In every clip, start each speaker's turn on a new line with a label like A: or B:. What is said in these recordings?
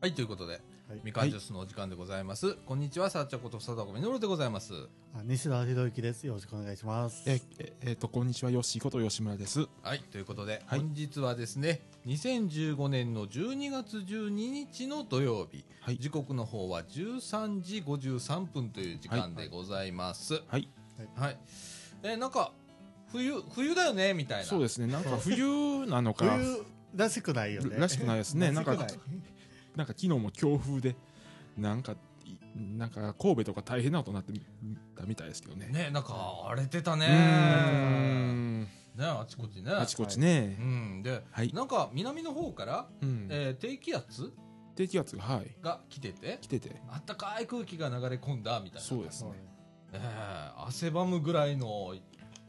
A: はい、ということで、
B: はい
A: みかんジュースのお時間でございます。こんにちは、さっちゃこと貞子みのるでございます。
B: あ西田博之です。よろしくお願いします。
C: え、え、えっ、と、こんにちは、よっしーこと吉村です。
A: はい、ということで、
C: はい
A: 本日はですね、2015年の12月12日の土曜日、
C: はい
A: 時刻の方は13時53分という時間でございます。はい。
C: はい。
A: えーなんか、冬、冬だよね、みたいな。
C: そうですね、なんか冬なのか、
B: 冬らしくないよね。
C: らしくないですね。なんか、
B: ら
C: なん
B: し
C: か
B: く
C: 昨日も強風で、なんか、いなんか神戸とか大変なことになってみたみたいですけどね。
A: ね、なんか荒れてたね。
C: うーん。
A: ね、あちこちね。
C: あちこちね
A: う。ん、で、
C: はい。
A: なんか南の方から、
C: うん
A: えー低気圧
C: 低気圧が、はい。
A: が来てて
C: 来、てて。
A: あったかい空気が流れ込んだみたいな。
C: そうです
B: そう
C: ね。
B: ね
A: ねえ汗ばむぐらいの、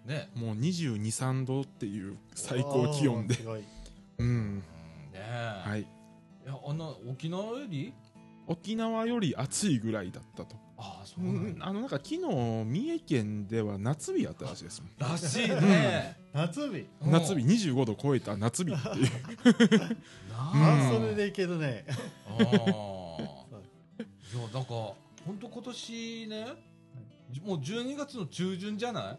A: ね。
C: もう22、3度っていう最高気温
B: おー
C: で。
B: すごい
C: うん。
A: うんね。
C: はいい。
A: いや、あの、沖縄より
C: 沖縄より暑いぐらいだったと。
A: ああ、そううなん
C: ん
A: だ。
C: あの、なんか昨日、三重県では夏日やったらしいですもん。
A: らしいね。
B: 夏日。
A: うん
C: 夏日25度超えた夏日っていう
A: なあ。
B: 半袖でいけるね。
A: あ あ。いや、なんか、ほんと今年ね、もう12月の中旬じゃな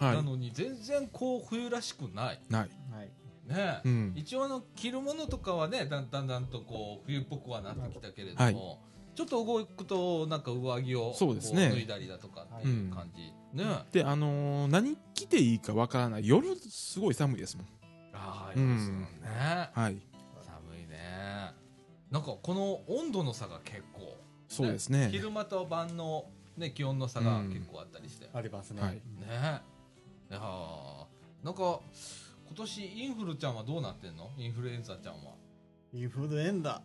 A: い
C: は
A: ないのに全然こう冬らしくない。
C: ない
B: はい。
A: ね、
C: うん
A: 一応あの着るものとかはねだんだんだんとこう冬っぽくはなってきたけれども、ちょっと動くとなんか上着を
C: そうですね
A: こ脱いだりだとかっていう感じ、ね、
C: であのー何着ていいかわからない夜すごい寒いですもん
A: ああ、
C: うん
A: いいですよね
C: はい
A: 寒いねなんかこの温度の差が結構、
C: そうですね
A: 昼間と晩の、ね、気温の差が結構あったりして、
B: ありますね。
C: はい
A: ねいやーなんか今年インフルちゃんはどうなってんのインフルエンザちゃんは
B: インフルエンザ。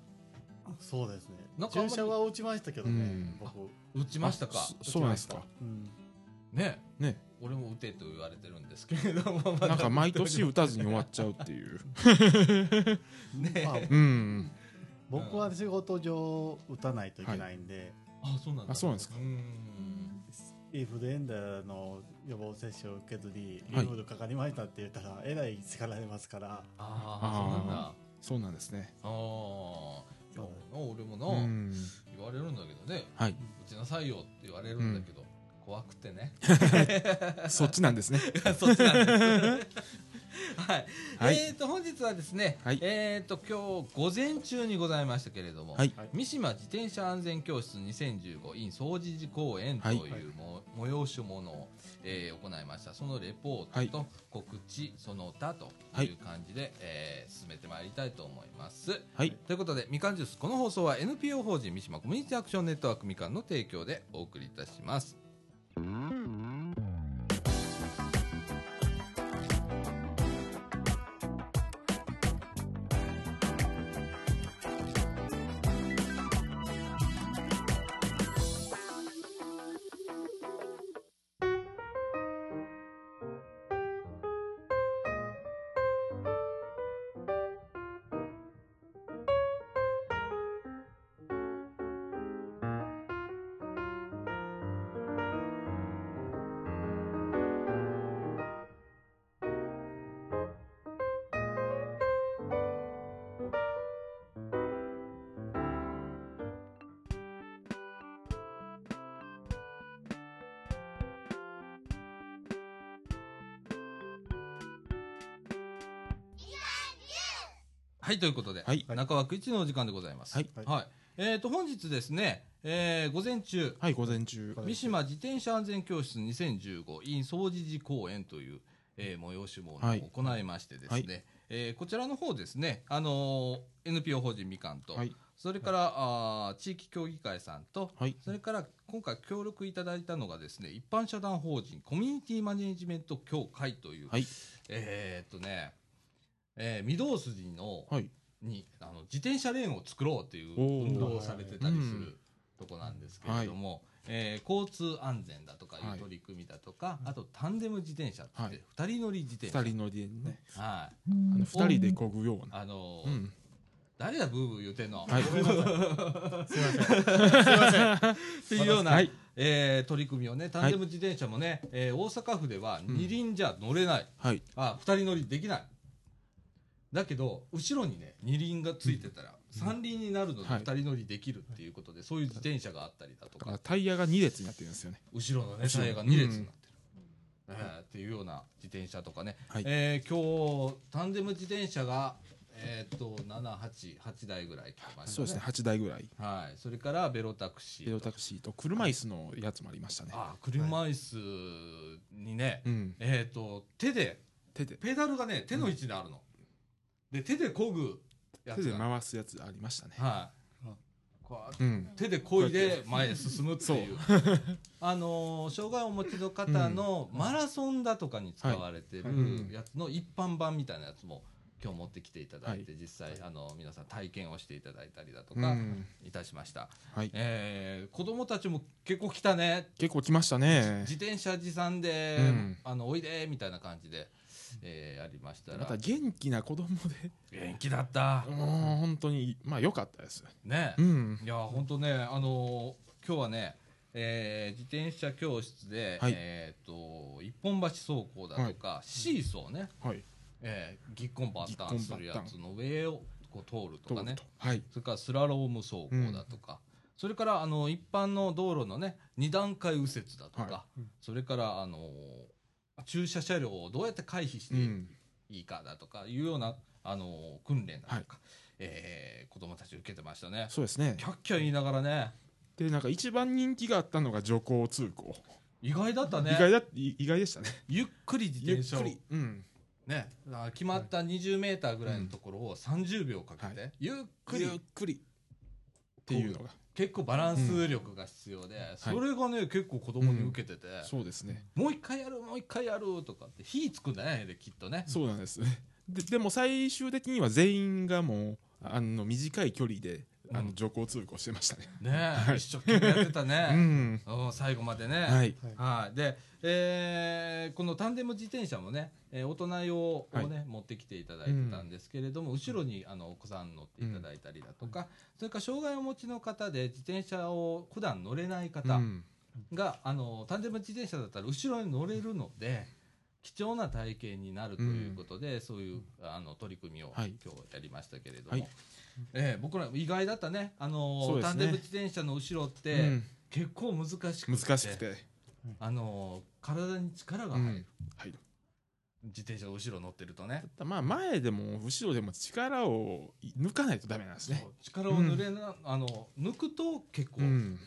B: そうですね
A: なん。かあんま
B: 注
A: り
B: 射は落ちましたけどね。
C: うん
B: 僕。
A: 打ちましたか
C: あそそうなんですか
B: 打ちました。うん
A: ね
C: ね
A: 俺も打てと言われてるんですけれども、まだ
C: なんか毎年打たずに終わっちゃうっていう
A: ね
B: まあ
C: うん
B: 僕は仕事上打たないといけないんで、
A: あ、そうなんだ。
C: あそうなんですか
A: ーん
B: インフルエンザの予防接種を受けずに、イ
C: はい
B: ンフルかかりましたって言ったら、えらい叱られますから、
A: ああ、そうなんだ。
C: そうなんですね
A: ああ。いや俺もな、
C: うん
A: 言われるんだけどね、
C: はい
A: 打ちなさいよって言われるんだけど、怖くてね。
C: そっちなんですね
A: そっちなんです。 はい。
C: はい
A: えっ、と、本日はですね、
C: はい
A: えっ、と、今日午前中にございましたけれども、
C: はい
A: 三島自転車安全教室 2015in 総持寺公園と
C: はい
A: いうも、催し物を、えー行いましたそのレポ
C: は
A: ー
C: い
A: トと告知その他と
C: はいいう
A: 感じで、えー進めてまいりたいと思います
C: はい
A: ということでみかんジュースこの放送は NPO 法人三島コミュニティアクションネットワークみかんの提供でお送りいたしますはいということで、
C: はい
A: 中枠一のお時間でございます
C: はい
A: えっ、と本日ですね、えー午前中
C: はい午前中
B: はい
A: 三島自転車安全教室 2015in 総持寺公園という、えー催し物を
C: はい
A: 行いましてですね、
C: はい
A: えーこちらの方ですね、あのー NPO 法人みかんと、
C: はい
A: それから、あー地域協議会さんと、
C: はい
A: それから今回協力いただいたのがですね、一般社団法人コミュニティマネジメント協会という、
C: はい
A: えーっとね、えー、御堂筋の、
C: はい
A: にあの自転車レーンを作ろうという
C: おー
A: 運動をされてたりす
C: は
A: る
C: い
A: とこなんですけれども、えー交通安全だとかいう取り組みだとか、あとタンデム自転車って言って二人乗り自転車、
C: 二人乗りでね
A: はい
C: あの二人でこぐような
A: あのー
C: うん
A: 誰だブーブー言うてんの、
C: はい
B: ごめんなさい。すいません。
A: っていうような、
C: はい
A: えー取り組みをねタンデム自転車もね、えー大阪府では二輪じゃ乗れない、
C: はい
A: あ二人乗りできないだけど後ろにね二輪がついてたら三輪になるので
C: はい
A: 二人乗りできるっていうことで、そういう自転車があったりだと
C: だから
A: か
C: タイヤが2列になってるんですよね
A: 後ろのね
C: 後ろ
A: タイヤが2列になってる、
B: うん
A: えーっていうような自転車とかね、
C: はい
A: えー今日タンデム自転車がえーっと788台ぐらい来てましたね
C: そうですね8台ぐらい
A: はい、それからベロタクシー
C: エロタクシーと車椅子のやつもありましたね
A: あー車椅子にね、
C: うん
A: えーっと手で
C: 手で
A: ペダルがね手の位置にあるの、で手で漕ぐや
C: 手
A: つ
C: で
A: が
C: 回すやつありましたね
A: はい、こう
C: うん
A: 手で漕いで前へ進むっていう あのー障害をお持ちの方のマラソンだとかに使われてる
B: はい
C: うん
A: やつの一般版みたいなやつも今日持ってきていただいて、実際
B: はい
A: あの皆さん体験をしていただいたりだと
C: う
A: か
C: ん
A: いたしました、
C: はい
A: えー子供たちも結構来たね
C: 結構来ましたね
A: 自転車持参で、
C: うん
A: あのおいでみたいな感じで、えーやりましたら
C: また元気な子供で
A: 元気だった
C: もう本当にまあ良かったです
A: ね
C: うん
A: いや本当ね、あのー今日はね、えー自転車教室で、
C: はい
A: えー、と一本橋走行だとか、シーソーね、
C: はい
A: えー、ぎっこんばったんするやつの上をこう通るとかね
C: どうぞはい
A: それからスラローム走行だとか、それからあの一般の道路のね二段階右折だとか、
C: は
B: うん
A: それからあのー駐車車両をどうやって回避して
C: う
A: いく
C: ん
A: いいかだとかいうような、あのー訓練だとか、えー子供たち受けてましたね。
C: そうですね
A: キャッキャ言いながらね
C: でなんか一番人気があったのが徐行通行
A: 意外だった
C: 意
A: ね
C: 外だい意外でしたね
A: ゆっくり自
C: ゆ
A: 転車
C: っく
A: を
C: りうん
A: ねだから決まった20メーターぐらいのところを30秒かけて、ゆっく
C: ゆ
A: り
C: っくりっていうのが
A: 結構バランス力が必要で、それがね結構子供に受けてて、
C: そうですね
A: もう一回やるもう一回やるとかって火つくんだよねきっとね
C: そうなんです ねででも最終的には全員がもうあの短い距離であ
A: う
C: の
A: ん
C: 徐行通行してましたね
A: ね、一生懸命やってた
C: う
A: ね、
C: ん
A: うん最後までね、
C: はい
B: はい
A: はい、で、えーこのタンデム自転車もね、えー大人用をね、持ってきていただいてたんですけれども、後ろにあのお子さん乗っていただいたりだとか、それから障害をお持ちの方で自転車を普段乗れない方
C: うん
A: が、あのタンデム自転車だったら後ろに乗れるので。貴重な体験になるということで、そういうあの取り組みを今
C: はい
A: 日やりましたけれども、
C: はい
A: えー僕ら意外だったね、あの
C: そうで
A: タ
C: すね
A: ンデム自転車の後ろって、
C: うん
A: 結構難しくて
C: 難しくて
A: あのー体に力が
C: う
A: 入る、
C: んはい
A: 自転車の後ろ乗ってるとね
C: ただまあ前でも後ろでも力を抜かないとダメなんですね
A: そう力を抜れな、あの抜くと結構
C: うん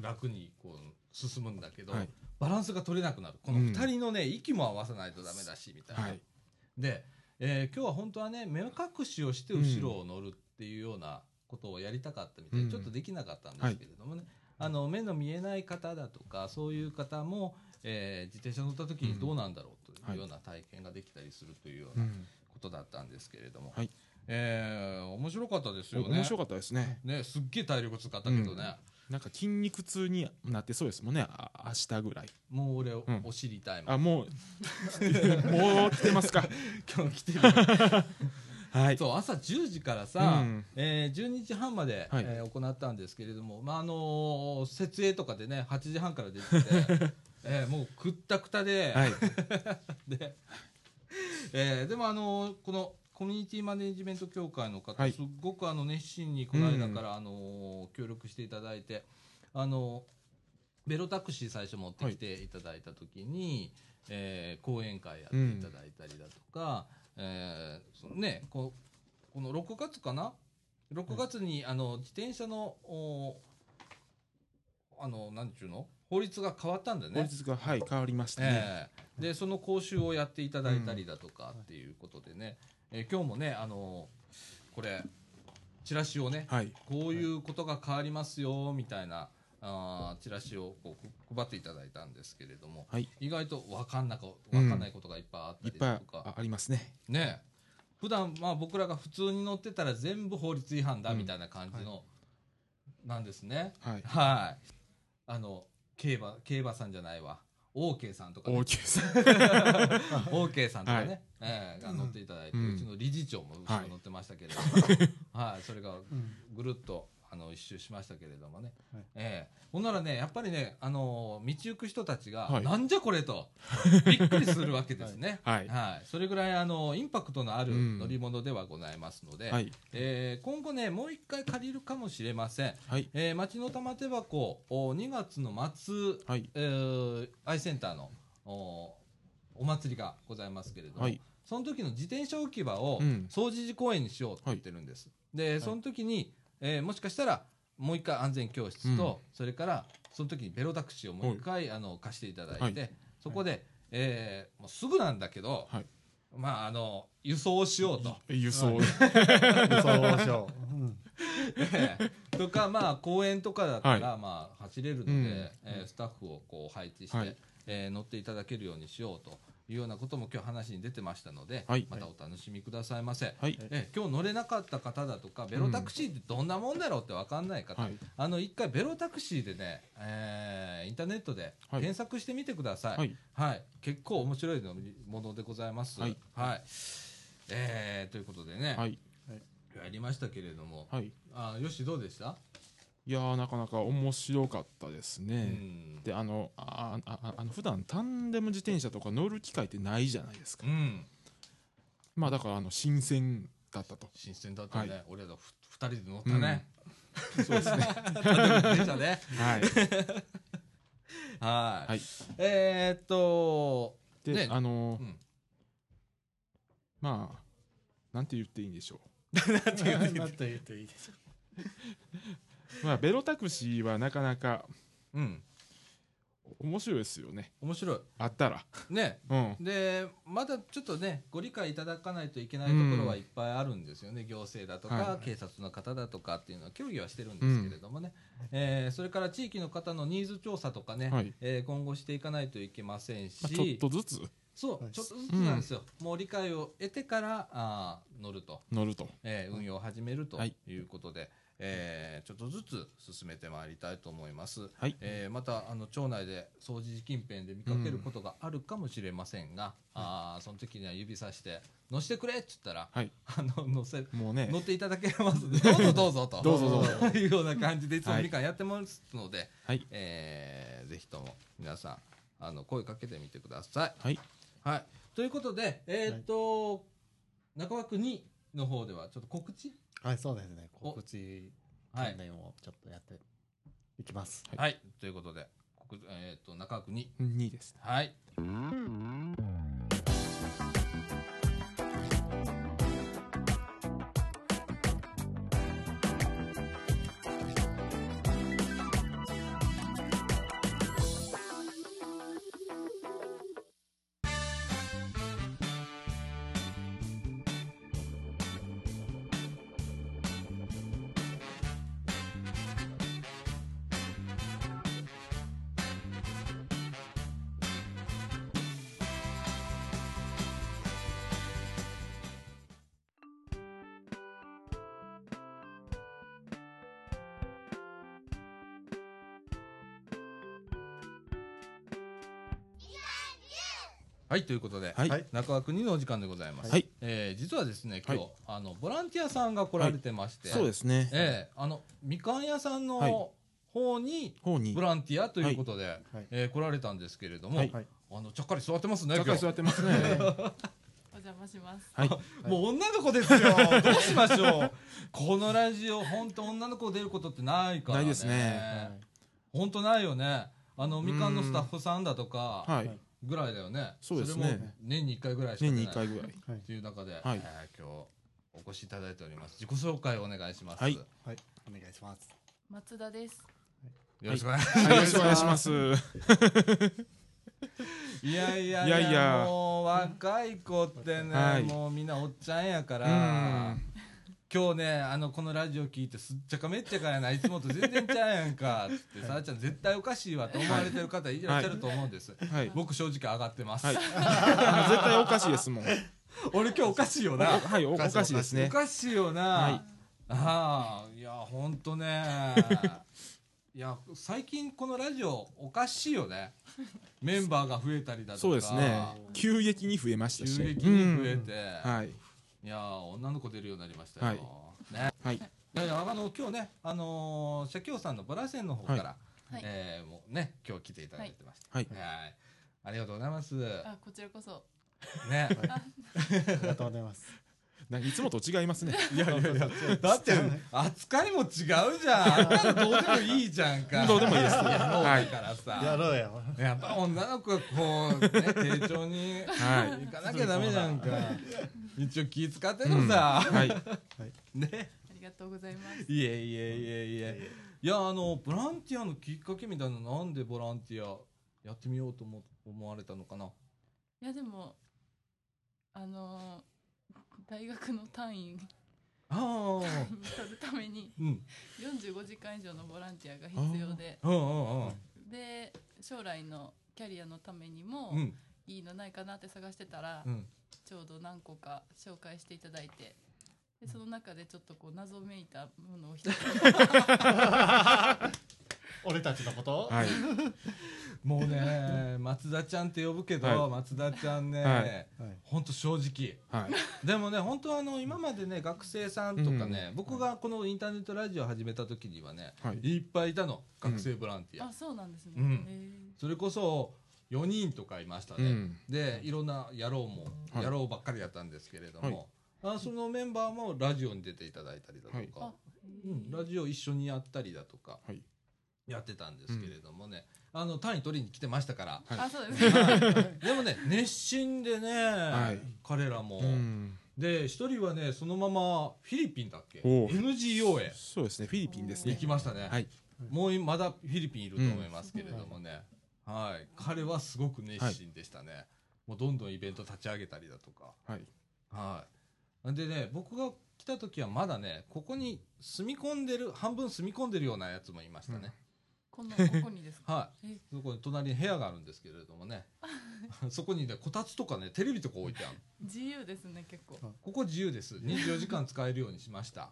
A: 楽にこう進むんだけど、
C: はい
A: バランスが取れなくなるこの
C: うん
A: 2人のね、息も合わさないとダメだしみたいな、
C: はい
A: で、えー今日は本当はね目隠しをして後ろを乗るっていうようなことをやりたかったみたいで、
C: うん
A: ちょっとできなかったんですけれどもね、あの目の見えない方だとかそういう方も、えー自転車乗った時にどうなんだろうというような体験ができたりするというような
C: うん
A: ことだったんですけれども、
C: はい
A: えー面白かったです
C: お
A: よね
C: 面白かったですね
A: ねすっげえ体力使ったけどね、
C: なんか筋肉痛になってそうですもんねあ明日ぐらい
A: もう俺、
C: ん
A: お尻タイム
C: あもう もう来てますか
A: 今日来てるよ
C: はい
A: そう朝10時からさ、
C: うん
A: えー12時半まで、
C: はい
A: えー行ったんですけれども、まああのー設営とかでね8時半から出て て、えーもうくったくたで、
C: はい
A: で、えーでもあのーこのコミュニティマネジメント協会の方、
C: はい
A: すっごくあの熱心にこの間から、あのー協力していただいて、あのーベロタクシー最初持ってきていただいた時に、えー講演会やっていただいたりだとか、えーそのねこうこの6月かな6月に、あの自転車のおあの何ちゅうの法律が変わったんだよね
C: 法律がはい変わりましたね
A: ええでその講習をやっていただいたりだとかっていうことでね、えー今日もねあのーこれチラシをね
C: はい
A: こういうことが変わりますよみたいなあーチラシをこう配っていただいたんですけれども
C: はい
A: 意外と分かんなか分かんないことがいっぱいあった
C: い
A: り
C: っぱ
A: だ
C: い
A: とか、
C: あありますね
A: ね普段まあ僕らが普通に乗ってたら全部法律違反だみたいな感じの、なんですね
C: はい
A: はいあの競馬競馬さんじゃないわオーケーさんとかね、
C: 大きいです
A: オーケーさんとか
C: は
A: ね、ええが乗っていただいて、う
C: うん
A: ちの理事長も後ろ
C: はい
A: 乗ってましたけれども、はい、それが
B: うん
A: ぐるっとあの一周しましたけれどもね、
B: はい
A: ええほんならねやっぱりね、あのー道行く人たちが、
C: はい
A: なんじゃこれ とびっくりするわけですね。
C: は
A: はいいそれぐらい、あのーインパクトのある
C: うん
A: 乗り物ではございますので、
C: はい
A: ええ今後ねもう一回借りるかもしれません、
C: はい
A: ええ町の玉手箱お2月の末、
C: はい
A: えーアイセンターのおお祭りがございますけれども、
C: はい
A: その時の自転車置き場を
C: うん
A: 総除寺公園にしようって言ってるんです。で、その時に、えーもしかしたら、もう一回安全教室と、それから、その時にベロタクシーをもう一回、あの、貸していただいて、
C: は
A: そこで、えーもうすぐなんだけど、
C: はい
A: まあ、あの、輸送をしようと。
C: 輸送
B: そうしよう。うん
A: とか、まあ、公園とかだったら、まあ、走れるので、
C: うん
A: えースタッフをこう配置して、
C: はい
A: えー乗っていただけるようにしようというようなことも今日話に出てましたので、
C: はい
A: またお楽しみくださいませ。
C: はい
A: ええ今日乗れなかった方だとかベロタクシーってどんなもんだろうって分かんない方、
C: はい
A: あの一回ベロタクシーでね、えーインターネットで
C: はい
A: 検索してみてください、
C: は
A: はいい結構面白いのものでございます、
C: は
A: はいいえーということでね、
C: はい
A: やりましたけれども、
C: はい
A: あよしどうでした、
C: いやーなかなか面白かったです
A: う
C: ね、
A: ん
C: であのああああの普段タンデム自転車とか乗る機会ってないじゃないですか、
A: うん
C: まあだからあの新鮮だったと
A: 新鮮だったね、
C: は
A: 俺らふ2人で乗ったね、
C: そうですね
A: でしたね
C: は
A: は
C: い
A: い、
C: はい
A: えーっと
C: で、
A: ね
C: あのー
A: うん
C: まあなんて言っていいんでしょ
B: なんて言っていいですか。
C: うまあベロタクシーはなかなか
A: うん
C: 面白いですよね
A: 面白い
C: あったら
A: ね
C: うん
A: でまだちょっとねご理解いただかないといけないところはいっぱいあるんですよね、行政だとか、
C: はい
A: 警察の方だとかっていうのは協議はしてるんですけれどもね、えーそれから地域の方のニーズ調査とかね、
C: はい
A: えー今後していかないといけませんし、
C: まあ、ちょっとずつ
A: そう、
B: はい
A: ちょっとずつなんですよ、もう理解を得てからあー乗ると、
C: 乗ると
A: えー運用を始めると
C: はい
A: いうことで、えーちょっとずつ進めてまいりたいと思います。
C: はい
A: えーまたあの町内で掃除近辺で見かけることがあるかもしれませんが、あーその時には指さして「乗してくれ!」っつったら、
C: はい
A: あの乗せ
C: もうね
A: 乗っていただけますのでどうぞどうぞと
C: どうぞどうぞ
A: というような感じでいつも
C: はい
A: みかんやってますので、
C: はい
A: えーぜひとも皆さんあの声かけてみてください。
C: はい
A: はい、ということで、えーっと中枠2の方ではちょっと告知
B: はい、そうですね。
A: お
B: 告知
A: はい
B: 関連をちょっとやっていきます。
C: い
A: はい、ということで、ここえー、と中川に、
C: 2です
A: はい。はい、ということで、
C: はい
B: はい
A: 中川にのお時間でございます。
C: はい
A: えー実はですね、今日、
C: は
A: あのボランティアさんが来られてまして、
C: そうですね、
A: えーあのみかん屋さん
C: はい
A: の方に、
C: 方に
A: ボランティアということで、
B: はい
A: えー来られたんですけれども、
C: はい
B: はい。
A: あのちゃっかり座ってますね、
C: 高
A: 今
C: い
A: 日。
C: 座ってますね
D: お邪魔します。
C: はい
A: もう女の子です よ。どうしましょう。このラジオ、本当女の子出ることってないから、ね。
C: ないですね
B: はい
A: 本当ないよね。あのみかんのスタッフさんだとか、
C: はい
B: はい
A: ぐらいだよね。
C: そうですね
A: れも年に1回ぐらいしか出
C: 年
A: ない
C: に1回ぐらい
B: はい
A: という中で、
C: はい
A: えー今日お越しいただいております。自己紹介をお願いします。
C: はい
A: よ
B: はい、お願いします。
D: 松田です。
A: ろしくお願いしま
C: はいよろしくお願いします
A: す。いやいやい
C: い
A: や、
C: やいや
A: もう若い子ってね、
C: はい
A: もうみんなおっちゃんやか
C: う
A: ら
C: ん。
A: 今日ね、あの、このラジオ聞いてすっちゃかめっちゃかやな、いつもと全然ちゃうやんか、つって、さあちゃん絶対おかしいわと思われてる方いらっしゃると思うんです。
C: はい
A: 僕正直上がってます。
C: はい。あの絶対おかしいですもん。
A: 俺今日おかしいよな。
C: はい、おおかしいです
A: お
C: ね。
A: かしいよな、
C: はい
A: ああいやほんとねいや最近このラジオおかしいよねメンバーが増えたりだとか
C: そうですね。急激に増えまし
A: 急
C: たし。
A: 激に増えて、
C: うんはい。
A: いや女の子出るようになりましたよ、
C: はい
A: ね
C: はい。
A: いやいやあの今日ね、あのー、社協さんのバラ線の方から、
D: はい
A: えーもうね今日来ていただいてました。
C: はい
A: はい、ありがとうございます。
D: あ、こちらこそ。
A: ね、
B: ありがとうございます。
C: なんかいつもと違いますね
B: いやいやいや、
A: だって扱いも違うじゃん。あんなのどうでもいいじゃんか。
C: どうでもいいです
A: やろう
C: は
A: だ
C: い
A: からさ。
B: やろうよ。
A: やっぱ女の子はこうね丁重に
C: はい
A: 行かなきゃダメじゃんか一応気使ってんのさ、
C: はい
A: ね
D: ありがとうございます。
A: いえいえいえいえいやあのボランティアのきっかけみたいなのなんでボランティアやってみようと思思われたのかない
D: や、でも、あのー大学の単位に
A: ああ
D: 取るために
A: うん
D: 45時間以上のボランティアが必要で、
A: うんうんうん
D: で、将来のキャリアのためにも
A: うん
D: いいのないかなって探してたら
A: う、ん
D: ちょうど何個か紹介していただいて、でその中でちょっとこう謎めいたものを一つ
B: 俺たちのこと
C: はい
A: もうね松田ちゃんって呼ぶけど、
C: は
A: 松田ちゃんね、
C: はい
B: はい
A: ほんと正直
C: はい
A: でもね本当あの今までね学生さんとかね、僕がこのインターネットラジオ始めた時にはね
C: はい
A: いっぱいいたの学生ボランティア、
D: あ、そうなんですね。
A: うん
D: へ
A: それこそ4人とかいました
C: う
A: ね、
C: ん
A: でいろんな野郎も、
C: はい
A: 野郎ばっかりやったんですけれども、あそのメンバーもラジオに出ていただいたりだとか、
D: はいあー
A: うん、ラジオ一緒にやったりだとか
C: はい
A: やってたんですけれどもね、あの単位取りに来てましたから、
C: はい
D: あ、そうです ね。
A: でもね熱心でね、
C: い
A: 彼らも。
C: うん
A: で一人はねそのままフィリピンだっけ
C: おう
A: NGO へ
C: そうですねフィリピンです
A: 行
C: ね
A: きましたね、
C: はい
A: もうまだフィリピンいると思いますけれどもね、はい彼はすごく熱心でしたね、もうどんどんイベント立ち上げたりだとか
C: はい
A: はいでね僕が来た時はまだねここに住み込んでる半分住み込んでるようなやつもいましたね、
D: こんなここにですか
A: はい
D: え
A: そこに隣に部屋があるんですけれどもねそこにねこたつとかねテレビとか置いてある
D: 自由ですね結構
A: ここ自由です。24時間使えるようにしました。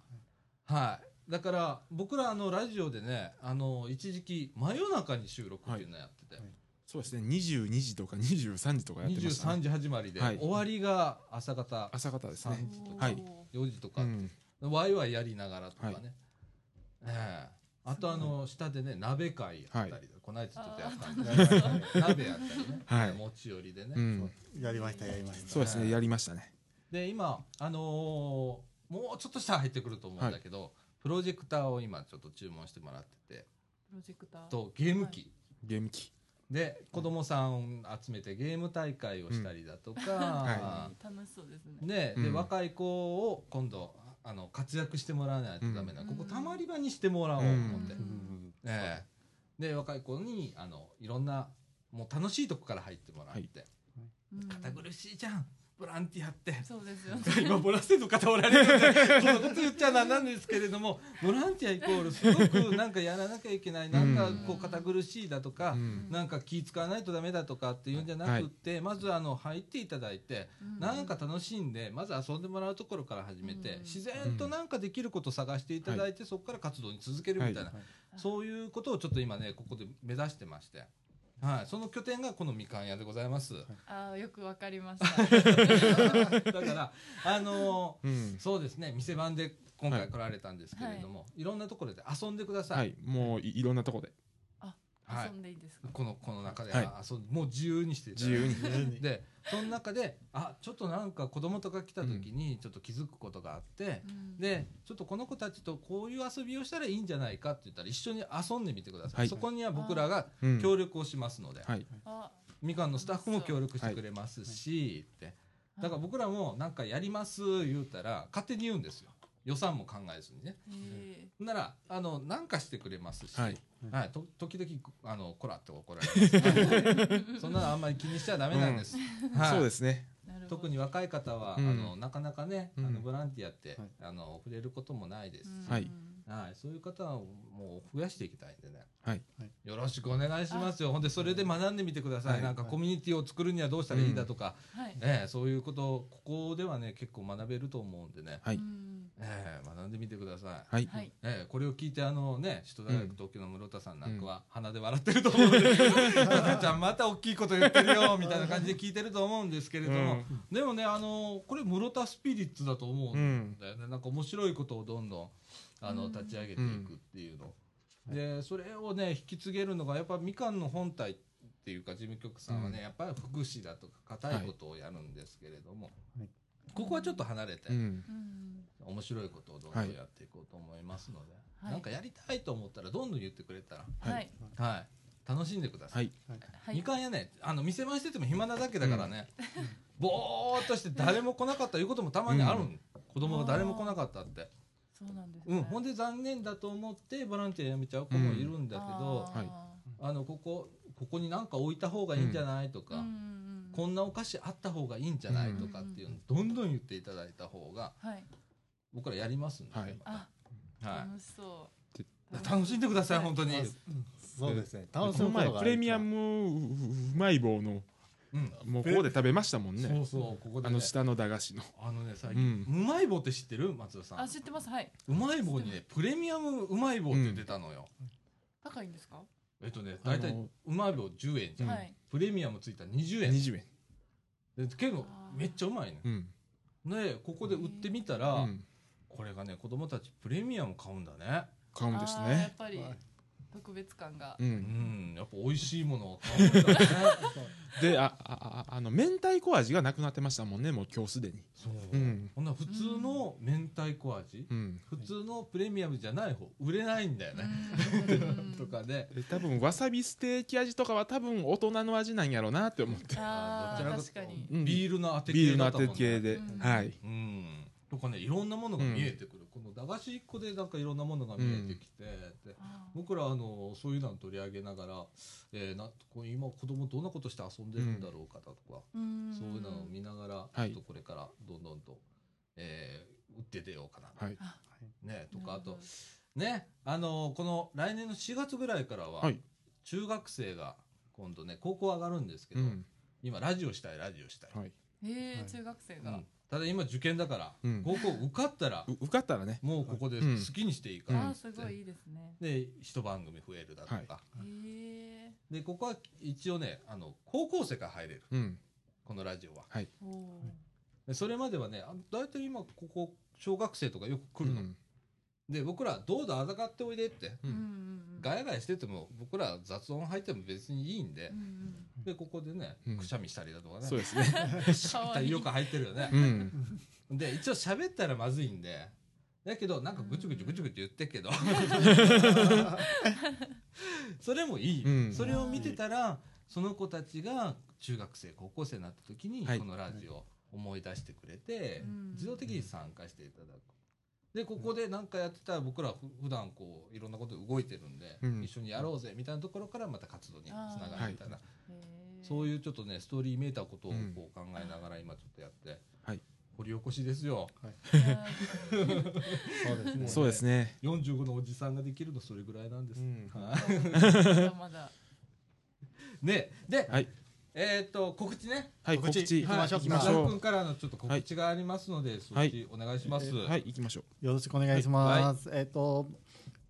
A: はい。だから、僕らあの、ラジオでね、あの、一時期、真夜中に収録っていうのやってて、
B: はい
C: そうですね22時とか23時とかやってました
A: 23
C: ね
A: 時始まりで、
C: はい
A: 終わりが朝方
C: 朝方です
A: う
C: ね
A: んちょっと
C: はい
D: お
A: 4時と
C: う
A: か、
C: ん
A: ワイワイやりながらとかね。
C: は
A: ええあとあの、下でね、鍋会やったりだ、この間ちょっとやった んで、鍋やったりね、
C: はい
A: 持ち寄りでね。
C: うん
B: やりました、やりました。
C: そうですねやりましたね
A: で今あのーもうちょっとしたら入ってくると思うんだけど、プロジェクターを今ちょっと注文してもらってて
D: プロジェクター
A: とゲーム機、
C: ゲーム機
A: で子供さん集めてゲーム大会をしたりだとか、
C: は
D: 楽しそうですね
A: ね
C: う
A: で
C: ん
A: 若い子を今度あの活躍してもらわないとダメな、
D: うん
A: ここたまり場にしてもらおうと思って、
D: う
B: うんん
A: ええで若い子にあのいろんなもう楽しいとこから入ってもらって、
D: うん
A: 堅苦しいじゃんボランティアって
D: そうです よね
A: 今ボランティアの方おられるんでそんなこと言っちゃなんなんですけれどもボランティアイコールすごくなんかやらなきゃいけないなんかこう堅苦しいだとか、
C: うん
A: なんか気使わないとダメだとかっていうんじゃなくって、まずあの入っていただいて、
D: うん
A: なんか楽しんでまず遊んでもらうところから始めて、
D: うん
A: 自然となんかできることを探していただいて、そこから活動に続けるみたいな、
B: はい
A: そういうことをちょっと今ねここで目指してまして、はい、その拠点がこのみかん屋でございます。
D: あーよくわかりまし
A: だ
D: た
A: からあのー
C: うん
A: そうですね店番で今回来られたんですけれども、い、ろんなところで遊んでくださ、
C: はいいもういいろんなとこで
A: はい
D: 遊んでいいですか
A: このこの中で、
C: はい
A: あ遊んもう自由にしていただい
C: 自
A: て
C: 由に
B: 自由に
A: でその中であちょっとなんか子供とか来た時にちょっと気づくことがあって、
D: うん
A: でちょっとこの子たちとこういう遊びをしたらいいんじゃないかって言ったら一緒に遊んでみてください、
C: はい
A: そこには僕らが
C: うん
A: 協力をしますので、
C: はい
D: あ
A: みかんのスタッフも協力してくれますし、ってだから僕らもなんかやります言うたら勝手に言うんですよ予算も考えずにね
D: へ
A: なら、あの、なんかしてくれますし、
C: は
A: はいい、と、時々、あの、こらって怒られます。 そんなのあんまり気にしちゃダメなんです。はい
C: そうですね
D: ーなるほど
A: 特に若い方は、
C: うん
A: あの、なかなかね、あ
C: う
A: の、
C: ん
A: ボランティアって
B: はい、
A: あの、触れることもないですし。
D: うん
C: はい
A: はい、そういう方をもう増やしていきたいんでね。
C: はい
A: よろしくお願いしますよ。ほんで、それで学んでみてください。
C: はい
A: なんかコミュニティを作るにはどうしたらいいだとか、
D: はい
A: ええそういうことを、ここではね、結構学べると思うんでね。
C: はい
D: うん
A: ええ学んでみてください。
C: はい。
D: はい。
A: ええこれを聞いて、あのね、首都大学東京の室田さんなんかは、鼻で笑ってると思うん で、赤ちゃんまた大きいこと言ってるよ、みたいな感じで聞いてると思うんですけれども、でもね、あの、これ室田スピリッツだと思
C: う
A: うん
C: ん。
A: だよね。なんか面白いことをどんどん、あ
D: う
A: の、
D: ん
A: 立ち上げていくっていうの。で、それをね、引き継げるのが、やっぱみかんの本体っていうか、事務局さんはね、
C: う
A: やっぱり福祉だとか、硬いことをやるんですけれども
B: はい、
A: ここはちょっと離れて
C: う、ん。
D: うん。
A: 面白いことをどんどんやっていこうと思いますので、
D: はい
A: なんかやりたいと思ったらどんどん言ってくれたら、
C: はい
D: はい。
A: はい、楽しんでくださ。
C: はいい。
D: は
A: み
D: い。
A: かん屋ね、あの店番してても暇なだけだからね、ぼーっとして誰も来なかったいうこともたまにあるん、
C: うん
A: 子供が誰も来なかったって、
D: そうなんです
A: う
D: ね。
A: ん、ほん
D: で
A: で残念だと思ってボランティアやめちゃう子もいるんだけど、
C: はい
A: あのここここになんか置いた方がいいんじゃないとか、
D: うん。
A: こんなお菓子あった方がいいんじゃないとかっていうのどんどん言っていただいた方が
D: はい。
A: 僕らやりますんで、
C: はい
D: あ、
A: はい
D: 楽しそう
C: で。
A: 楽しんでください
D: はい
A: 本当に。
B: そうですね。
C: こ
B: 楽し
C: の
B: むこ
C: 前
B: とが
C: プレミアムううまい棒の
A: うん
C: もうここで食べましたもんね。
A: そうそうここで、
C: あ
A: ね、
C: の下の駄菓子の。
A: あのね最近、うまい棒って知ってる松田さ
D: あ、
A: ん
D: 知ってます。はい。
A: うまい棒にねプレミアムうまい棒って出たのよ、
D: 高いんですか。
A: えっとね大体
C: あ
A: う
C: の
A: まい棒10円じゃん、
D: はい。
A: プレミアムついたら20円
C: 20円。
A: でけど
D: あー
A: めっちゃうまいね
C: うん。
A: でここで売ってみたら、
C: うん
A: これがね子供たちプレミアム買うんだね
C: 買うんです
D: あーやっ
C: ね。
D: ぱり
B: はい
D: 特別感が
C: う。。
A: うんんやっぱ美味しいものを買うんだ ね
C: で、あ、あ、ああの、明太子味がなくなってましたもんね、もう今日すでに。
A: そう、
C: うん
A: ほんなら普通の明太子味、
C: うん。
A: 普通のプレミアムじゃない方売れないんだよね、
D: うん
A: とかで
C: で多分わさびステーキ味とかは多分大人の味なんやろうなって思って。
D: あ
A: どち
D: ー
A: らか
D: 確かに。
C: うん
A: ビールのあて
C: ビー
A: 系
C: ル
A: だっ
C: のあ
A: たもん
C: て
A: ね
C: 系で
D: うん。
C: はい。
A: うんとかねいろんなものが見えてくる、この駄菓子1個でなんかいろんなものが見えてきて、で
D: あー
A: 僕らあのそういうのを取り上げながら、えー、なこう今子供どんなことして遊んでるんだろうかだとか、
D: うん
A: そういうのを見ながら、
C: はい
A: ちょっとこれからどんどんと、えー、打って出ようかな、
C: はい。
D: あ
A: ねとか
D: な
A: あ
D: るほど
A: とねあのこの来年の4月ぐらいからは、
C: はい
A: 中学生が今度ね高校上がるんですけ
C: う
A: ど、
C: ん。
A: 今ラジオしたいラジオしたい、
C: はい。
D: え
B: は
D: え
B: い
D: 中学生
A: う
D: が
A: ん。ただ今受験だから、
C: うん
A: 高校受かったら
C: う受かったらね。
A: もうここで
C: うん
A: 好きにしていいか
C: うん
A: ら
D: あ
A: っ
D: ー
A: つ
D: す
A: って、
D: ごいいいですね。
A: で一番組増えるだとか、
C: はい
D: へえ。
A: でここは一応ねあの高校生から入れる
C: うん。
A: このラジオは
D: おお。
A: でそれまではねあの大体今ここ小学生とかよく来るの、
C: うん
A: で僕らどうだあざかっておいでって
C: う
D: うんんうんうん。
A: ガヤガヤしてても僕ら雑音入っても別にいいんで
D: う、ん
A: でここでね
C: うん
A: くしゃみしたりだとかね、
C: そうですね。
D: うん。かわいい。
A: よく入ってるよね
C: う、ん。
A: で一応喋ったらまずいんでだけどなんかぐちゅぐちゅぐちゅぐちゅ言ってっけ どそれもいい、
C: うん
A: それを見てたらその子たちが中学生高校生になった時に
C: はい
A: このラジオを思い出してくれて、
D: うん
A: 自動的に参加していただく。でここで何かやってたら僕らふ普段こういろんなことで動いてるんで、
C: うん
A: 一緒にやろうぜみたいなところからまた活動につながるみたいな
D: う
A: そういうちょっとねストーリーめいたことを
C: うん
A: こう考えながら今ちょっとやって、
C: はい
A: 掘り起こしですよ。
D: いう。
B: そうですね。
C: そうですね。
A: 45のおじさんができるのそれぐらいなんです、
C: うん
A: はい
D: まだまだ。
A: ねで、
C: はい
A: えーっと告知ね
C: はい、告
B: 告知
C: 知。
B: 行きましょ
A: は
B: う行きまし
C: ょう
A: 伊沢君からのちょっと告知がありますので、
C: はい
A: そっちお願いします、
C: はい、行きましょう。
B: よろしくお願いします。えっと、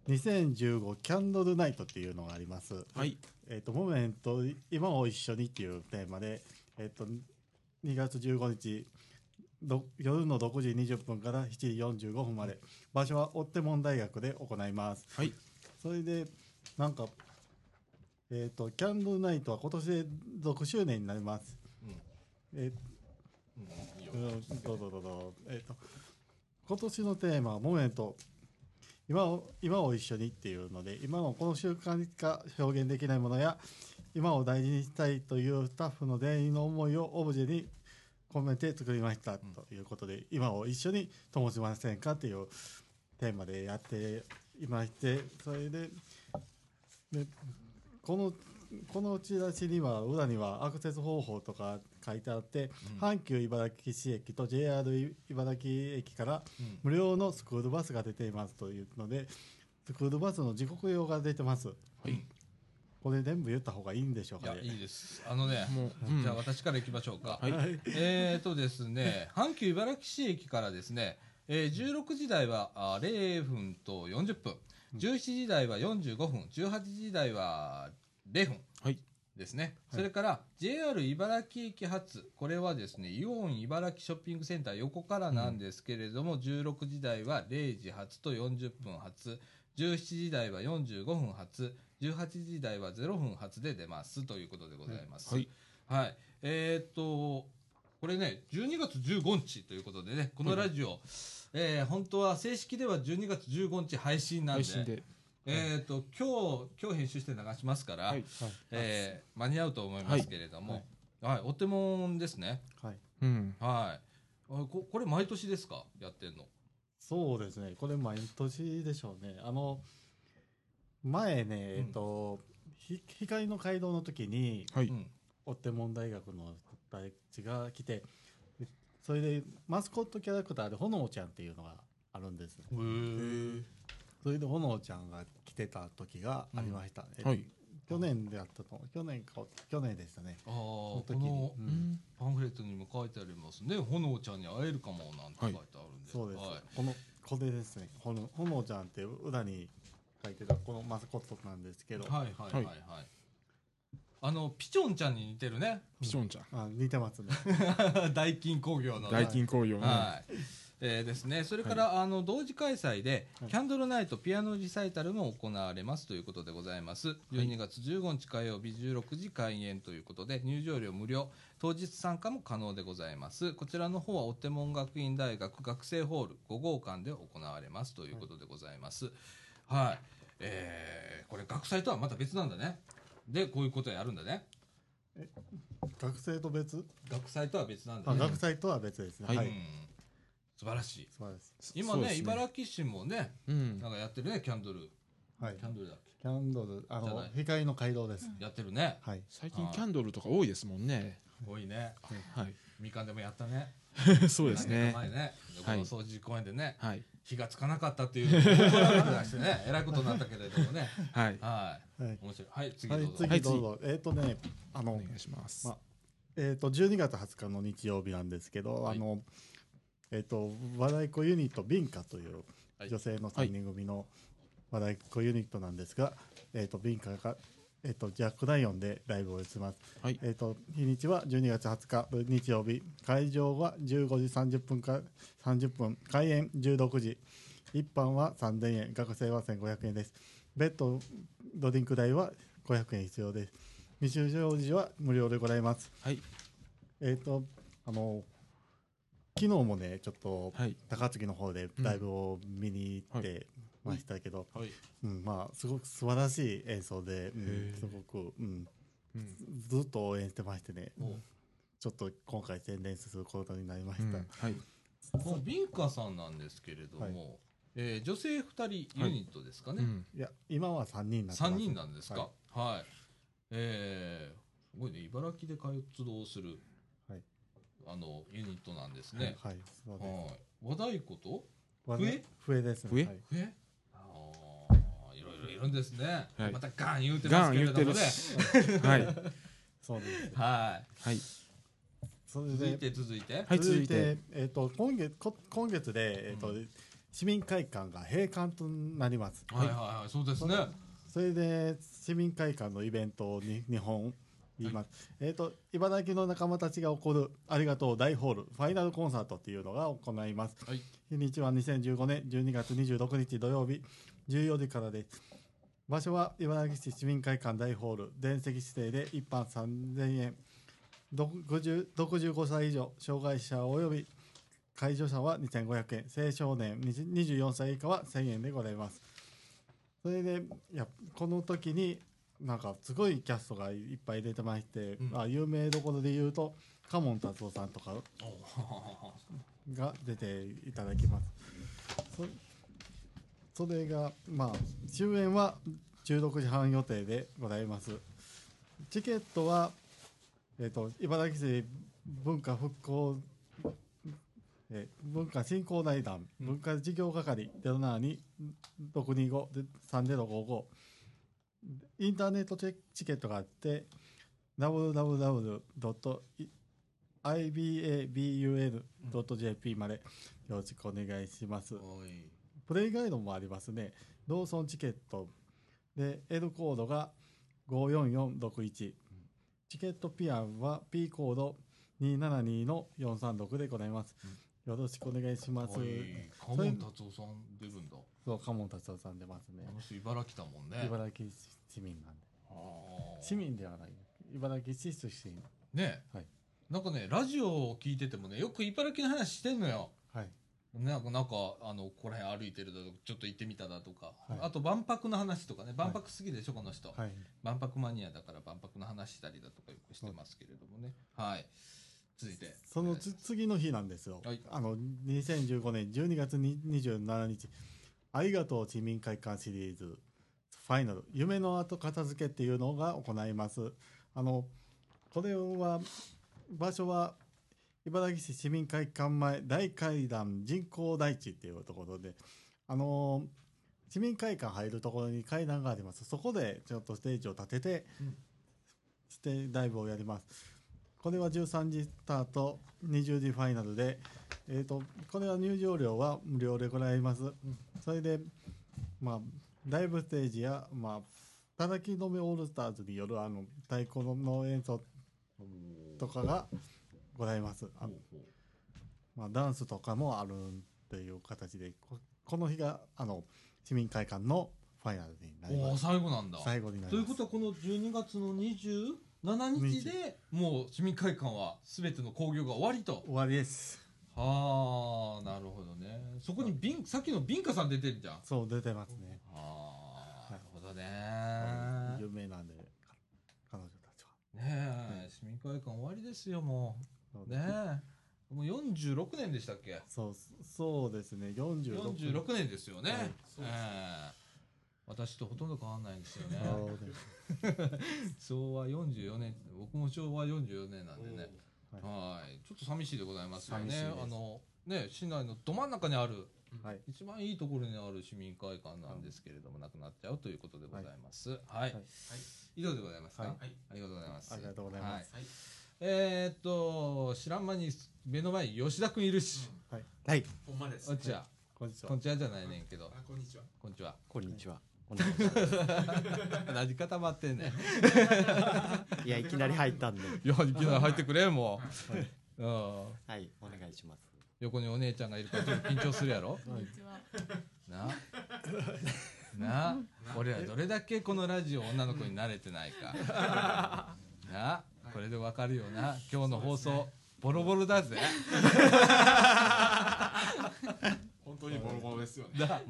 B: 2015キャンドルナイトっていうのがあります。
C: はい。
B: えっと、モメント、今を一緒にっていうテーマで、えっと、2月15日、ど夜の6時20分から7時45分まで、場所は追手門大学で行います。
C: はい。
B: それで、なんか、えっ、と、キャンドルナイトは今年で6周年になります。
A: うん
B: え
A: うんいいよ
B: ーうんどうぞどうぞ。えっ、と、今年のテーマは、モメント、今を、今を一緒にっていうので、今のこの習慣にしか表現できないものや、今を大事にしたいというスタッフの全員の思いをオブジェに込めて作りました
A: ん
B: ということで、今を一緒に灯しませんかというテーマでやっていまして、それで、でこの、このチラシには、裏にはアクセス方法とか書いてあって、阪急茨城市駅と JR 茨城駅から
A: うん
B: 無料のスクールバスが出ていますというので、スクールバスの時刻表が出てます。
C: はい。
B: これ全部言った方がいいんでしょう
A: い
B: か
A: や
B: ね。
A: いいですあのね
C: もう、
A: じゃあ私から行きましょうか、
C: はい。
A: えーっとですね阪急茨城市駅からですねえー16時台はあ0分と40分、17時台は45分、18時台は0分
C: はい
A: ですね。
B: はい
A: それから JR 茨城駅発、これはですね、イオン茨城ショッピングセンター横からなんですけれども、16時台は0時発と40分発、17時台は45分発、18時台は0分発で出ますということでございます。
C: はい。
A: はい。えーっと、これね、12月15日ということでね、このラジオ、えー本当は正式では12月15日配信なんで、
C: 配信で
A: えーっと、今日、今日編集して流しますから、
C: はい
A: えー間に合うと思いますけれども、はい、お手本ですね。
B: はい。
C: うん
A: はい。あここれ毎年ですかやってんの。
B: そうですね。これ毎年でしょうね。あの、前ね、えっと、ひ光の街道の時に、
C: はい
A: うん。
B: お手本大学の人たちが来て、でそれでマスコットキャラクターで炎ちゃんっていうのがあるんですね。それで炎ちゃんが来てた時がありました。えっと
C: はい
B: 去年であったと思う。去年か、去年でしたね。
A: ああ、こ
B: その時に
A: の
B: うん
C: うん
A: パンフレットにも書いてありますね。炎ちゃんに会えるかもなんて書いてあるんで。
B: そうです、
A: はい
B: このこれですねほのほのちゃんって裏に書いてたこのマスコットなんですけど、
A: はいはいはいはい。あの、ピチョンちゃんに似てるね。
C: ピションちゃん
B: あ似てますね
A: 大金工業のね。
C: 大金工業ね
A: はい。えーですね、それから、あの同時開催で、
B: はい
A: キャンドルナイトピアノリサイタルも行われますということでございます12月15日火曜日16時開演ということで入場料無料当日参加も可能でございますこちらの方はお手門学院大学学生ホール5号館で行われますということでございますはい、えーこれ学祭とはまた別なんだねでこういうことやるんだね
B: 学生と別、
A: 学祭とは別なんだ
B: あ
A: ね、
B: 学祭とは別ですね
C: は
B: はいい、
A: うん素晴らしい
B: 素晴らし
A: 今
C: そう
A: ね
C: です
A: 茨城市もね
C: うん
A: なんかやってるねキャンドル
B: い、はい
A: キャ、ンドルだっけ
B: キャンドルあ
A: じゃ
B: の
A: ない
B: 光の街道です、
A: やってるね
B: はい
C: 最近キャンドルとか多いですもんね
A: 多いね
C: はい
A: みかんでもやったね
C: そうですね
A: 何年か前ねこ
C: はい
A: の掃除公園でね
C: はい
A: 火がつかなかったっていう大混乱がしてねえらいことになったけれどもね
C: はい
A: は
B: はい
A: い面白いはい次
B: は
A: どう
B: い
A: ぞ
B: 次どうぞ、えっ、とねあ
C: お
B: の
C: 願いします
B: まあえっ、と12月20日の日曜日なんですけど、
A: はい
B: あのえっ、と和太鼓ユニットビンカという
A: はい
B: 女性の3人組の和太鼓ユニットなんですが、えっ、とビンカがえっ、とジャックダイオンでライブを打ちます。
C: はい
B: えっ、と日にちは12月20日日曜日、会場は15時30分か30分、開演16時。一般は3000円、学生は1500円です。ベッド、ドリンク代は500円必要です。未就業時は無料でございます。
C: はい
B: えっ、と、あの、昨日もね、ちょっと
C: はい
B: 高槻の方でライブを見に行って
C: うんは
B: ま
C: い
B: したけど、
A: はい
B: うん、まあ、すごく素晴らしい演奏で、うん
C: へー
B: すごく、うん、
C: うん
B: ずっと応援してましてね、
A: お
B: ちょっと今回宣伝することになりまし
C: う
B: た。
C: んはい
A: このビンカさんなんですけれど
B: は
A: もえー女性2人ユニットですか
C: う
A: ね
C: ん
B: いや、今は3人になってます。
A: 3人なんですかはいえーすごいね茨城で活動する
B: はい
A: あのユニットなんです
B: はい
A: ね、
B: はい、そうです。
A: はい、和太鼓と
B: わ
A: 笛
B: 笛ですね。
C: 笛
B: はい
A: えああいろいろいるんですね、
C: はい
A: またガン言うてま
C: ガ
A: す
C: ン
A: けれ
C: 言っ
A: ど
C: て
A: も
C: る
A: ね
C: しはい
B: そうです。
A: は
C: はい
B: そ
A: い
B: れ
A: 続い
B: で、
A: て続いて
C: はい
B: 続
C: 続
B: い
C: いて
B: て、えっ、と、今月、こ今月で、えっ、と、
A: う
B: 市民会館が閉館となります。
A: はいはいはいそうですね
B: それで、市民会館のイベントに、日本。言いますえっ、と、茨城の仲間たちが起こる、ありがとう大ホール、ファイナルコンサートっていうのが行います。
A: はい
B: 日にちは2015年12月26日土曜日14時からです。場所は茨城市市民会館大ホール、全席指定で一般3000円。ど50 65歳以上、障害者及び介助者は2500円、青少年20 24歳以下は1000円でございます。それで、いやこの時に、なんかすごいキャストがいっぱい出てまして、
A: うん
B: まあ、有名どころで言うと、カモン達夫さんとか
A: お
B: が出ていただきます。そそれが、まあ、終演は16時半予定でございます。チケットは、えっ、と、茨城市文化復興、えー文化振興財団、
A: うん
B: 文化事業係072625で3055インターネットチェチケットがあって www. ibabul.jp までよろしくお願いします。
A: はい。
B: プレイガイドもありますね。ローソンチケット。で、L コードが54461。チケットピアンは P コード272の436でございます。よろしくお願いします。
A: はい。カモン達夫さん出るんだ。
B: そう、カモン達夫さん出ますね
A: あ。の人茨城だもんね。
B: 茨城市民なんで。
A: あー
B: 市民ではない。茨城市出身。
A: ねえ、
B: はい
A: なんかね、ラジオを聞いててもね、よく茨城の話してんのよ。
B: はい。
A: なんか、なんか、あの、ここら辺歩いてるだとか、ちょっと行ってみただとか、
B: はい
A: あと万博の話とかね、万博好きでしょ、この人。
B: はい。
A: 万博マニアだから万博の話したりだとかよくしてますけれどもね。はい。続いて。
B: そのつ次の日なんですよ。
A: はい
B: あの、2015年12月に27日、ありがとう市民会館シリーズ、ファイナル、夢の後片付けっていうのが行います。あの、これは、場所は、茨城市市民会館前大階段人工台地っていうところで、あの市民会館入るところに階段があります。そこでちょっとステージを立てて、
A: うん
B: ステージライブをやります。これは13時スタート、20時ファイナルで、えー、とこれは入場料は無料でございます。それで、まあ、ライブステージや、まあ、たたきのめオールスターズによるあの太鼓の演奏とかがございます。あ
A: ほ
B: の
A: うほう
B: まあ、ダンスとかもあるっていう形で、ここの日があの市民会館のファイナルになり
A: お
B: ま
A: ー
B: す。
A: 最後なんだ。
B: 最後になります。
A: ということは、この12月の27日で、もう市民会館は全ての興行が終わりと。
B: 終わりです。
A: はあなるほどねそこにビンさっきのビンカさん出てるじゃんあ
B: そう、出てますね。
A: あーなるほどね
B: 有名なんで、か彼女たちは。
A: ねえ市民会館終わりですよも
B: そう
A: う
B: です
A: ねえもう46年でしたっけ
B: そう、そうですね。46。
A: 46年ですよね、
B: はい
A: ええ私とほとんど変わんないんですよね
B: そうです
A: 昭和44年僕も昭和44年なんでね
B: おー
A: はいちょっと寂しいでございますよ
B: 寂しい
A: ね
B: です
A: あのね市内のど真ん中にある
B: はい。
A: 一番いいところにある市民会館なんですけれども、なくなっちゃうということでございます。はい。はい
B: はい
A: 以上でございますか、
B: はい
A: ありがとうございます。
B: ありがとうございます
A: はえー、っと、知らん間に目の前に吉田くんいるし、
B: はい。はい。
E: ほんまです。
A: こんちは、
B: こんにち
A: こ
B: は
A: ん。ちはじゃないねんけど、
E: あ、こんにちは。
A: こんちは。
F: こんにちは。お願いします
A: 何固まってんねん。
F: いや、いきなり入ったんで。
A: いや、いきなり入ってくれ、も う。うん、
F: はい、お願いします。
A: 横にお姉ちゃんがいるからちょっと緊張するやろ
D: こんにちは。
A: なな俺らどれだけこのラジオ女の子に慣れてないかなこれでわかるよな今日の放送、ボロボロだぜ
E: 本当にボロボロですよね。
A: な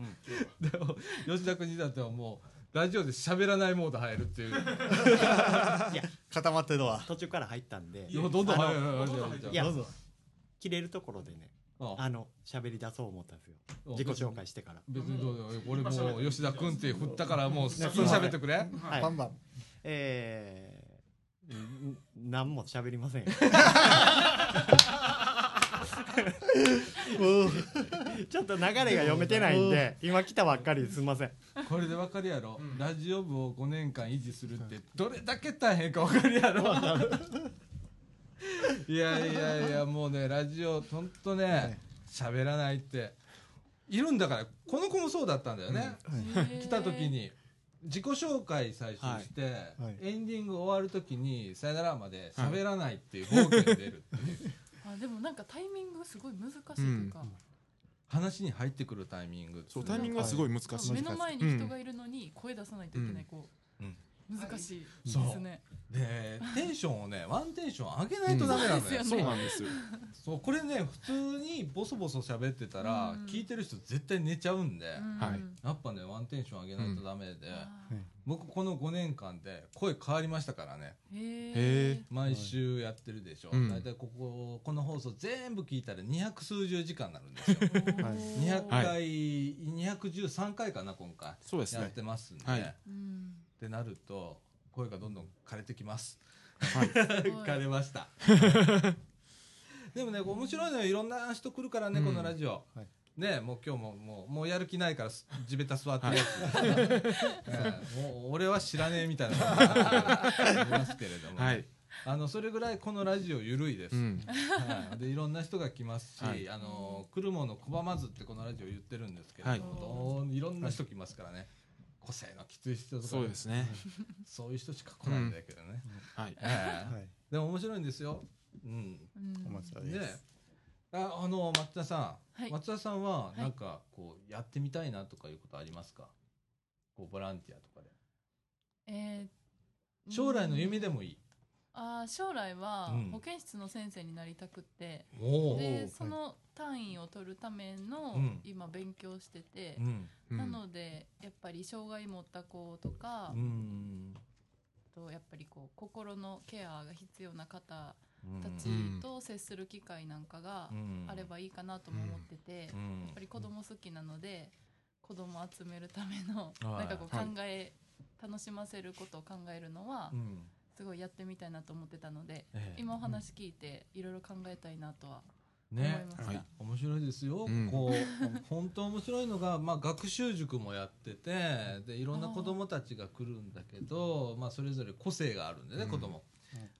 A: でも吉田君にだってはもうラジオで喋らないモード入るっていう
B: 固まってるわ。
F: 途中から入ったんで、
A: いやどんどん入る
E: あの
A: 入る入る
F: いや
A: どうぞ
F: 切れるところでね、
A: あ
F: あの、喋り出そう思ったんですよ。
A: あ
F: 自己紹介してから。
A: 別にどうでもいい俺もう吉田君って振ったからもう先に喋ってくれ
F: はい
B: バンバン。
F: えー、ん何も喋りま せんよ。ちょっと流れが読めてないんで、今来たばっかりですいません。
A: これでわかるやろ、ラジオ部を5年間維持するってどれだけ大変かわかるやろいやいやいやもうねラジオほんとね喋らないっているんだからこの子もそうだったんだよね、来た時に自己紹介最初して、
B: はい
A: エンディング終わる時に「さよなら」まで喋らないっていう暴挙に出るっていう
D: あでもなんかタイミングすごい難しいというか、
A: 話に入ってくるタイミングって
C: そうタイミングがすごい難しい
D: 目の前に人がいるのに声出さないといけない、こう、
A: うん
D: 難しい
A: そう
D: ですね。
A: でテンションをねワンテンション上げないとダメな
D: うん
A: の
D: そうです
A: よ
D: よ
C: そうなんですよ
A: そうこれね普通にボソボソ喋ってたら、
D: うん
A: 聞いてる人絶対寝ちゃうんで、
D: うん
C: はい
A: やっぱねワンテンション上げないとダメで、
D: あ
A: 僕この5年間で声変わりましたからね
D: ーへ
C: へー。
D: え
A: 毎週やってるでしょ、
C: うん
A: 大体こここの放送全部聞いたら2百数十時間になるんですよ
B: はい
A: 200
C: は
A: 回、
C: い
A: 213回かな今回
C: そうです
A: やっ
C: ね
A: てますんで、
C: はい
D: うん
A: ってなると声がどんどん枯れてきます
D: すごい
A: 枯れました。でもね、こう面白いのよ。いろんな人来るからね、
C: うん
A: このラジオ。
B: はい
A: ねもう今日も、もう、もうやる気ないからす、地べた座ってるや つ。ねもう、俺は知らねえみたいなのがありますけれども。
C: はい
A: あのそれぐらいこのラジオ緩いです
C: う、ん、
A: はい、でいろんな人が来ますし、
C: はい
A: あの来るもの拒まずってこのラジオ言ってるんですけれども、どういろんな人来ますからね、個性のきつい人とか
C: そうですね。
A: そういう人しか来ないんだけどね、
C: はい。
A: ええ
B: はい、
A: でも面白いんですよ、うん、
D: うん
B: 面白いで。
A: ですああの松田さん、
D: はい
A: 松田さんはいなんかこうやってみたいなとかいうことありますか、こうボランティアとかで
D: えー
A: 将来の夢でもいい、
D: あー将来は
A: うん
D: 保健室の先生になりたくて、
A: おお
D: でその単位を取るための
A: うん
D: 今勉強してて
A: う、ん
C: うん
D: なのでやっぱり障害持った子とか、
A: うん
D: とやっぱりこう心のケアが必要な方
A: うん
D: たちと接する機会なんかが
A: うん
D: あればいいかなとも思ってて、
A: う
D: や
A: ん
D: っぱり子供好きなので子供集めるための
A: はい
D: なんかこう考
C: はい
D: え楽しませることを考えるのは
A: うん
D: すごいやってみたいなと思ってたので
A: ええ
D: 今お話聞いていろいろ考えたいなとは思い
A: ね
D: ました、
C: はい
A: 面白いですよ、
C: うん
A: こう本当面白いのが、まあ、学習塾もやっててでいろんな子どもたちが来るんだけどまあ、それぞれ個性があるんでね、
C: うん
A: 子供、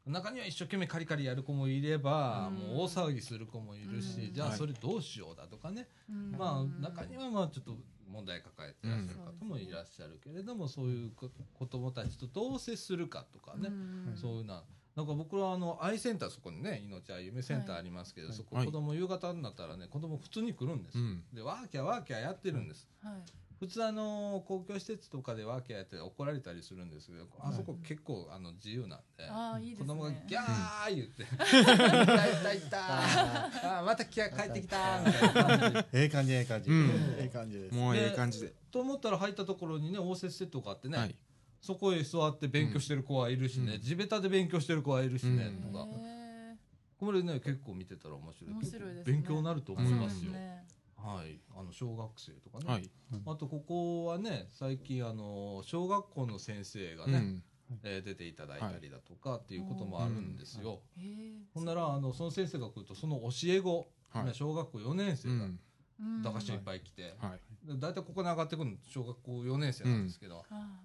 A: 中には一生懸命カリカリやる子もいれば、
D: うん
A: もう大騒ぎする子もいるし、
D: うん
A: じゃあ
C: はい
A: それどうしようだとかね、
D: うん
A: まあ、中にはまあちょっと問題抱えてらっしゃる方も
D: うん
A: いらっしゃるけれども、そういう子子供たちとどう接するかとかね、
D: うん
A: そういうな。なんか僕はあの愛センターそこにね命愛夢センターありますけど、
B: はい
A: そこ
C: はい
A: 子供夕方になったらね子供普通に来るんです、
C: うん。
A: でワーキャーワーキャーやってるんです、
D: はい
A: 普通あの公共施設とかでワーキャーやって怒られたりするんですけどあそこ結構あの自由なんで、
D: ああいいです
A: 子
D: ね
A: 供がギャー言っ て「痛い痛い痛いあーまた帰ってきた」みたいな感じで
B: ええ感じ、ええ感じ。
C: う
B: え
C: ん
B: え感じです。
C: もうええ感じで。
A: と思ったら入ったところにね応接セットがあってね、
C: はい。
A: そこへ座って勉強してる子はいるしね、
C: うん
A: 地べたで勉強してる子はいるしね、
C: うん
A: とか。
D: へー
A: これね結構見てたら面白い
D: 面白いですね
A: 勉強になると思います
D: そう
A: よ、
D: でね
A: はいあの小学生とかね、
C: はい。
A: あとここはね最近あの小学校の先生が
C: う
A: ね、
C: ん。
A: えー出ていただいたりだとかっていうこともあるんですよ、
D: へー
A: ほんならあのその先生が来るとその教え子、
C: はい
A: ね小学校4年生
C: う
A: が
C: ん。
D: うん
A: 駄菓子屋いっぱい来て、
C: はい。
A: で大体ここに上がってくるの小学校4年生なんですけど、
D: あ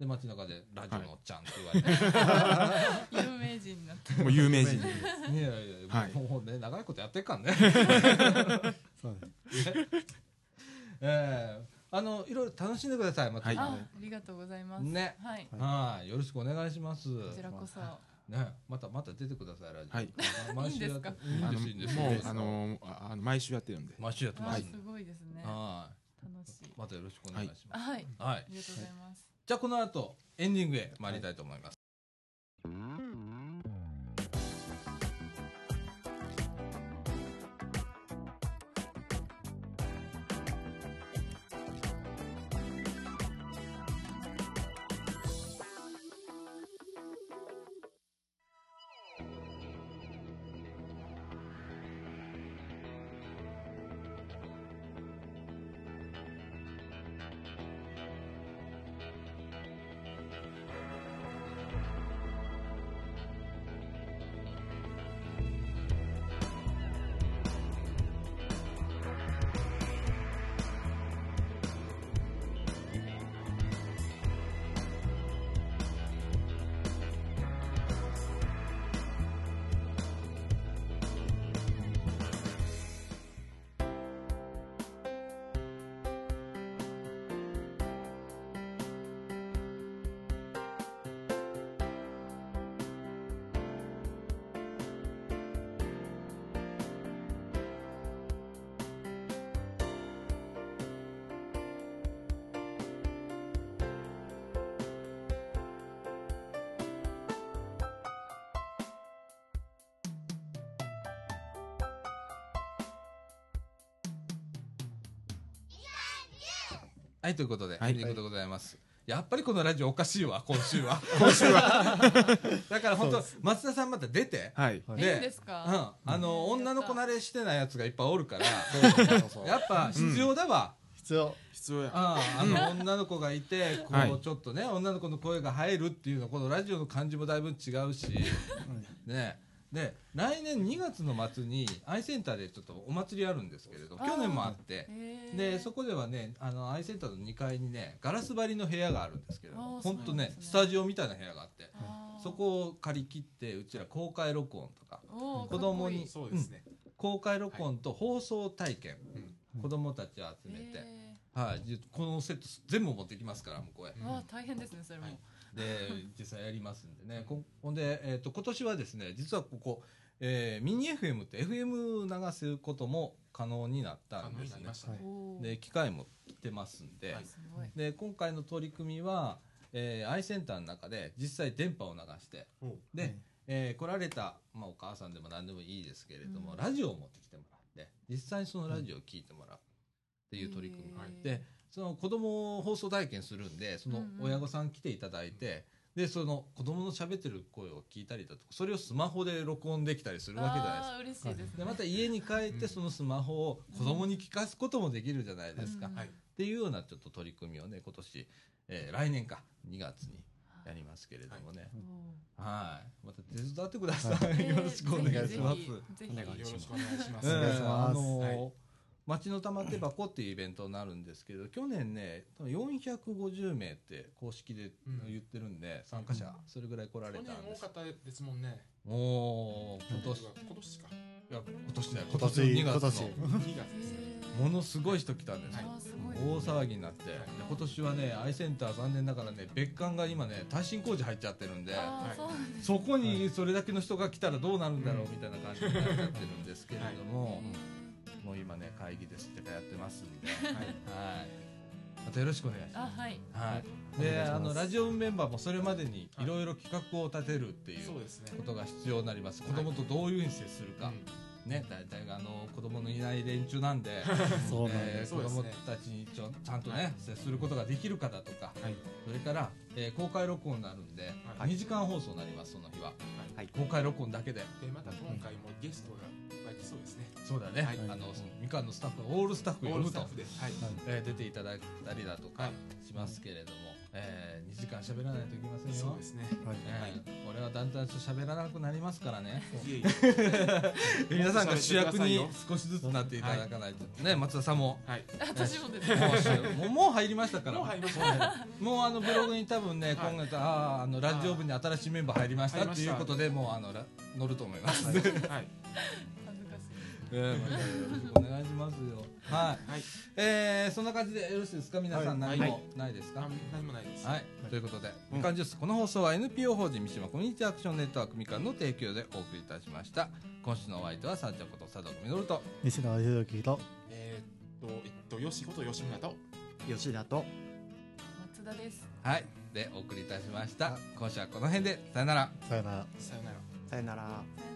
A: で街中で「ラジオのおっちゃん」って言われて、
D: ー有名人になった
C: もう有名人。
A: い、やいやいや、
C: はい
A: もうね長いことやってっから ね
B: そうです。
A: ええあのいろいろ楽しんでくださいまた、
C: はい
D: あありがとうございます
A: ね
D: はい
B: は
A: はいよろしくお願いします
D: こちらこそ
A: ねまたまた出てくださいラジオ、
C: はい
A: ま毎週やっていいん
C: あ
A: で
C: の
A: すいいんです
C: も
A: いういんです
C: あのああの毎週やってるんで。
A: 毎週やって
D: あ
A: ま
D: ー
A: す
D: すごいですね楽
A: はい
D: しい
A: またよろしくお願いします、
D: はい
A: はい
D: ありがとうございます
A: じゃあこの後エンディングへ参りたいと思います、はいということで、
C: はい
A: エンディングでございますやっぱりこのラジオおかしいわ今週は
C: 今週は。
A: だから本
B: そ
A: 当
B: う
A: 松田さんまた出て、
C: はい。
B: はい
A: で
D: いいんです
A: うん、
D: か
A: あの
D: うん
A: 女の子慣れしてないやつがいっぱいおるから
B: そうそうそうそう
A: やっぱ必要だわ、
B: 必要。
C: 必要や。
A: あああの女の子がいてこ
C: は
A: う
C: い
A: ちょっとね、女の子の声が入るっていうのこのラジオの感じもだいぶ違うしねで来年2月の末にアイセンターでちょっとお祭りあるんですけれど
D: あー
A: 去年もあって
D: へー
A: でそこではねあのアイセンターの2階にねガラス張りの部屋があるんですけれど
D: あ
A: も
D: ー
A: 本当ね
D: そうなんですね
A: スタジオみたいな部屋があって
D: あー
A: そこを借り切ってうちら公開録音とか
D: おー
A: 子供に
D: かっ
E: そうですね。
A: 公開録音と放送体験、
E: うん
A: 子供たちを
D: こ
A: 集
D: いい
A: めて、
D: へ
A: はい、じこのセット全部持ってきますから向こうへ
D: ーわあ大変ですねそれも、
A: はい で実際やりますんでねこほんで、えー、と今年はですね実はここ、えーミニ FM って FM 流すことも可能になった
E: 可
A: ん
E: 能
A: で
E: に
A: す
E: なり
A: ね
E: ましたね。
D: おー
A: で機械も来てますんで,、
E: はい
D: すごい
A: で今回の取り組みは、えー、アイセンターの中で実際電波を流してで、えー来られた、まあ、お母さんでも何でもいいですけれども、
D: うん
A: ラジオを持ってきてもらって実際にそのラジオを聞いてもらうっていう取り組み、
E: はい
A: でその子供を放送体験するんでその
D: うんうん
A: 親御さん来ていただいて、でその子供の喋ってる声を聞いたりだとかそれをスマホで録音できたりするわけじゃないですか。
D: あー嬉しいですね
A: でまた家に帰っ
E: う
A: て
E: ん
A: そのスマホを子供に聞かすこともできるじゃないですか、
D: うん
A: っ
E: はい。
A: ていうようなちょっと取り組みをね今年、えー来年か2月にやりますけれどもね、
D: おー
A: はい、また手伝ってください。
D: え ー
A: よろしくお願いします。
D: ぜひぜひ
F: お願いし
E: よろしくお願いします。
A: え
B: お願いし
A: え
B: ます
A: あのー
E: は
A: 町の玉手箱っていうイベントになるんですけど、去年ね、多分450名って公式で
E: うん
A: 言ってるんで、参加者、それぐらい来られ
E: 去年
A: たんで
E: 多
A: す
E: か。ったですもんね。
A: もう、今年、い
E: 今年か。
A: や、今年だよ、
B: 今
A: 今
B: 年
A: 年の2
B: 今
A: 月
B: 年
E: 2月
D: へ
E: ですね。
D: ー
A: の。ものすごい人来たんです
D: あ
A: よ。
D: ーすごい
A: 大騒ぎになって、で今年はね、アイセンター残念ながらね、別館が今ね、耐震工事入っちゃってるんで。
D: あ
E: は
D: ー
E: い
D: そうなんです
A: そこにそれだけの人が来たらどうなるんだろうみたいな感じになっちゃってるんですけれども、
D: ね
A: もう今ね会議ですってかやってますんで、
E: はい。
A: はい、またよろしくお願いしま
D: あはい
A: す。はいい、
B: お願
A: で
B: いします
A: あのラジオメンバーもそれまでにいろいろ企画を立てるっていう
E: そうですね。
A: ことが必要になります。子供とどういうふうに接するか、ね、大体あの子供のいない連中なんで、
B: そうなん
A: え
B: で
A: ー
B: す。
E: そう
A: 子
E: ですね
A: 供たちにちょちゃんとね接することができるかだとか、
E: はい。
A: それから、えー公開録音になるんで、
E: はい
A: 2時間放送になりますその日は。
E: はい。
A: 公開録音だけで。
E: で、また今回もゲストがいっぱい来そうですね。
A: そうだね、
E: はい
A: あのみかんのスタッフオールスタッフ
E: オー
A: を呼
E: ル
A: ぶ
E: スタ
A: と
E: ッ、フで。はい。
A: えー出ていただいたりだと
E: は
A: か
E: い
A: しますけれども、え2時間喋らないといけません
E: そ
A: よ
E: うで。すね。
B: はい
A: えーこれはだんだんと喋らなくなりますか らね
E: いえいえ。
A: 皆さんが主
E: 喋っ
A: 役
E: てください
A: に
E: よ
A: 少しずつなっていただかないと、ね松田さ んも
E: はい。
D: 私もです
A: も
D: ね
A: うしもうもう入りましたから
E: もう入りました
A: はいもうあのブログに多分ね、
E: はい
A: 今月あーあのラジオ部に新しいメンバー入りまし
E: 入
A: た
E: りま
A: と
E: し
A: い
E: た
A: うことでもうあのら乗ると思い ます、
E: はい。
D: 恥ずかしい
A: ええまたよろしくお願いしますよはい
E: はい。
A: えー、そんな感じでよろしいですか皆さん
E: は
A: 何
E: い
A: もないですか、
E: あ
A: はい
E: 何もないです。
A: ということで、みかんジュースこの放送は NPO 法人三島コミュニティアクションネットワークみかんの提供でお送りいたしました今週のお相手はさっちゃんこと佐藤みのると
B: 西野秀樹と
E: えーっと、えっと、よしこと吉村と。
F: 吉田と
D: 松田です
A: はいでお送りいたしました今週はこの辺でさよなら
B: さよなら。
E: さよなら。
F: さよなら
D: さよなら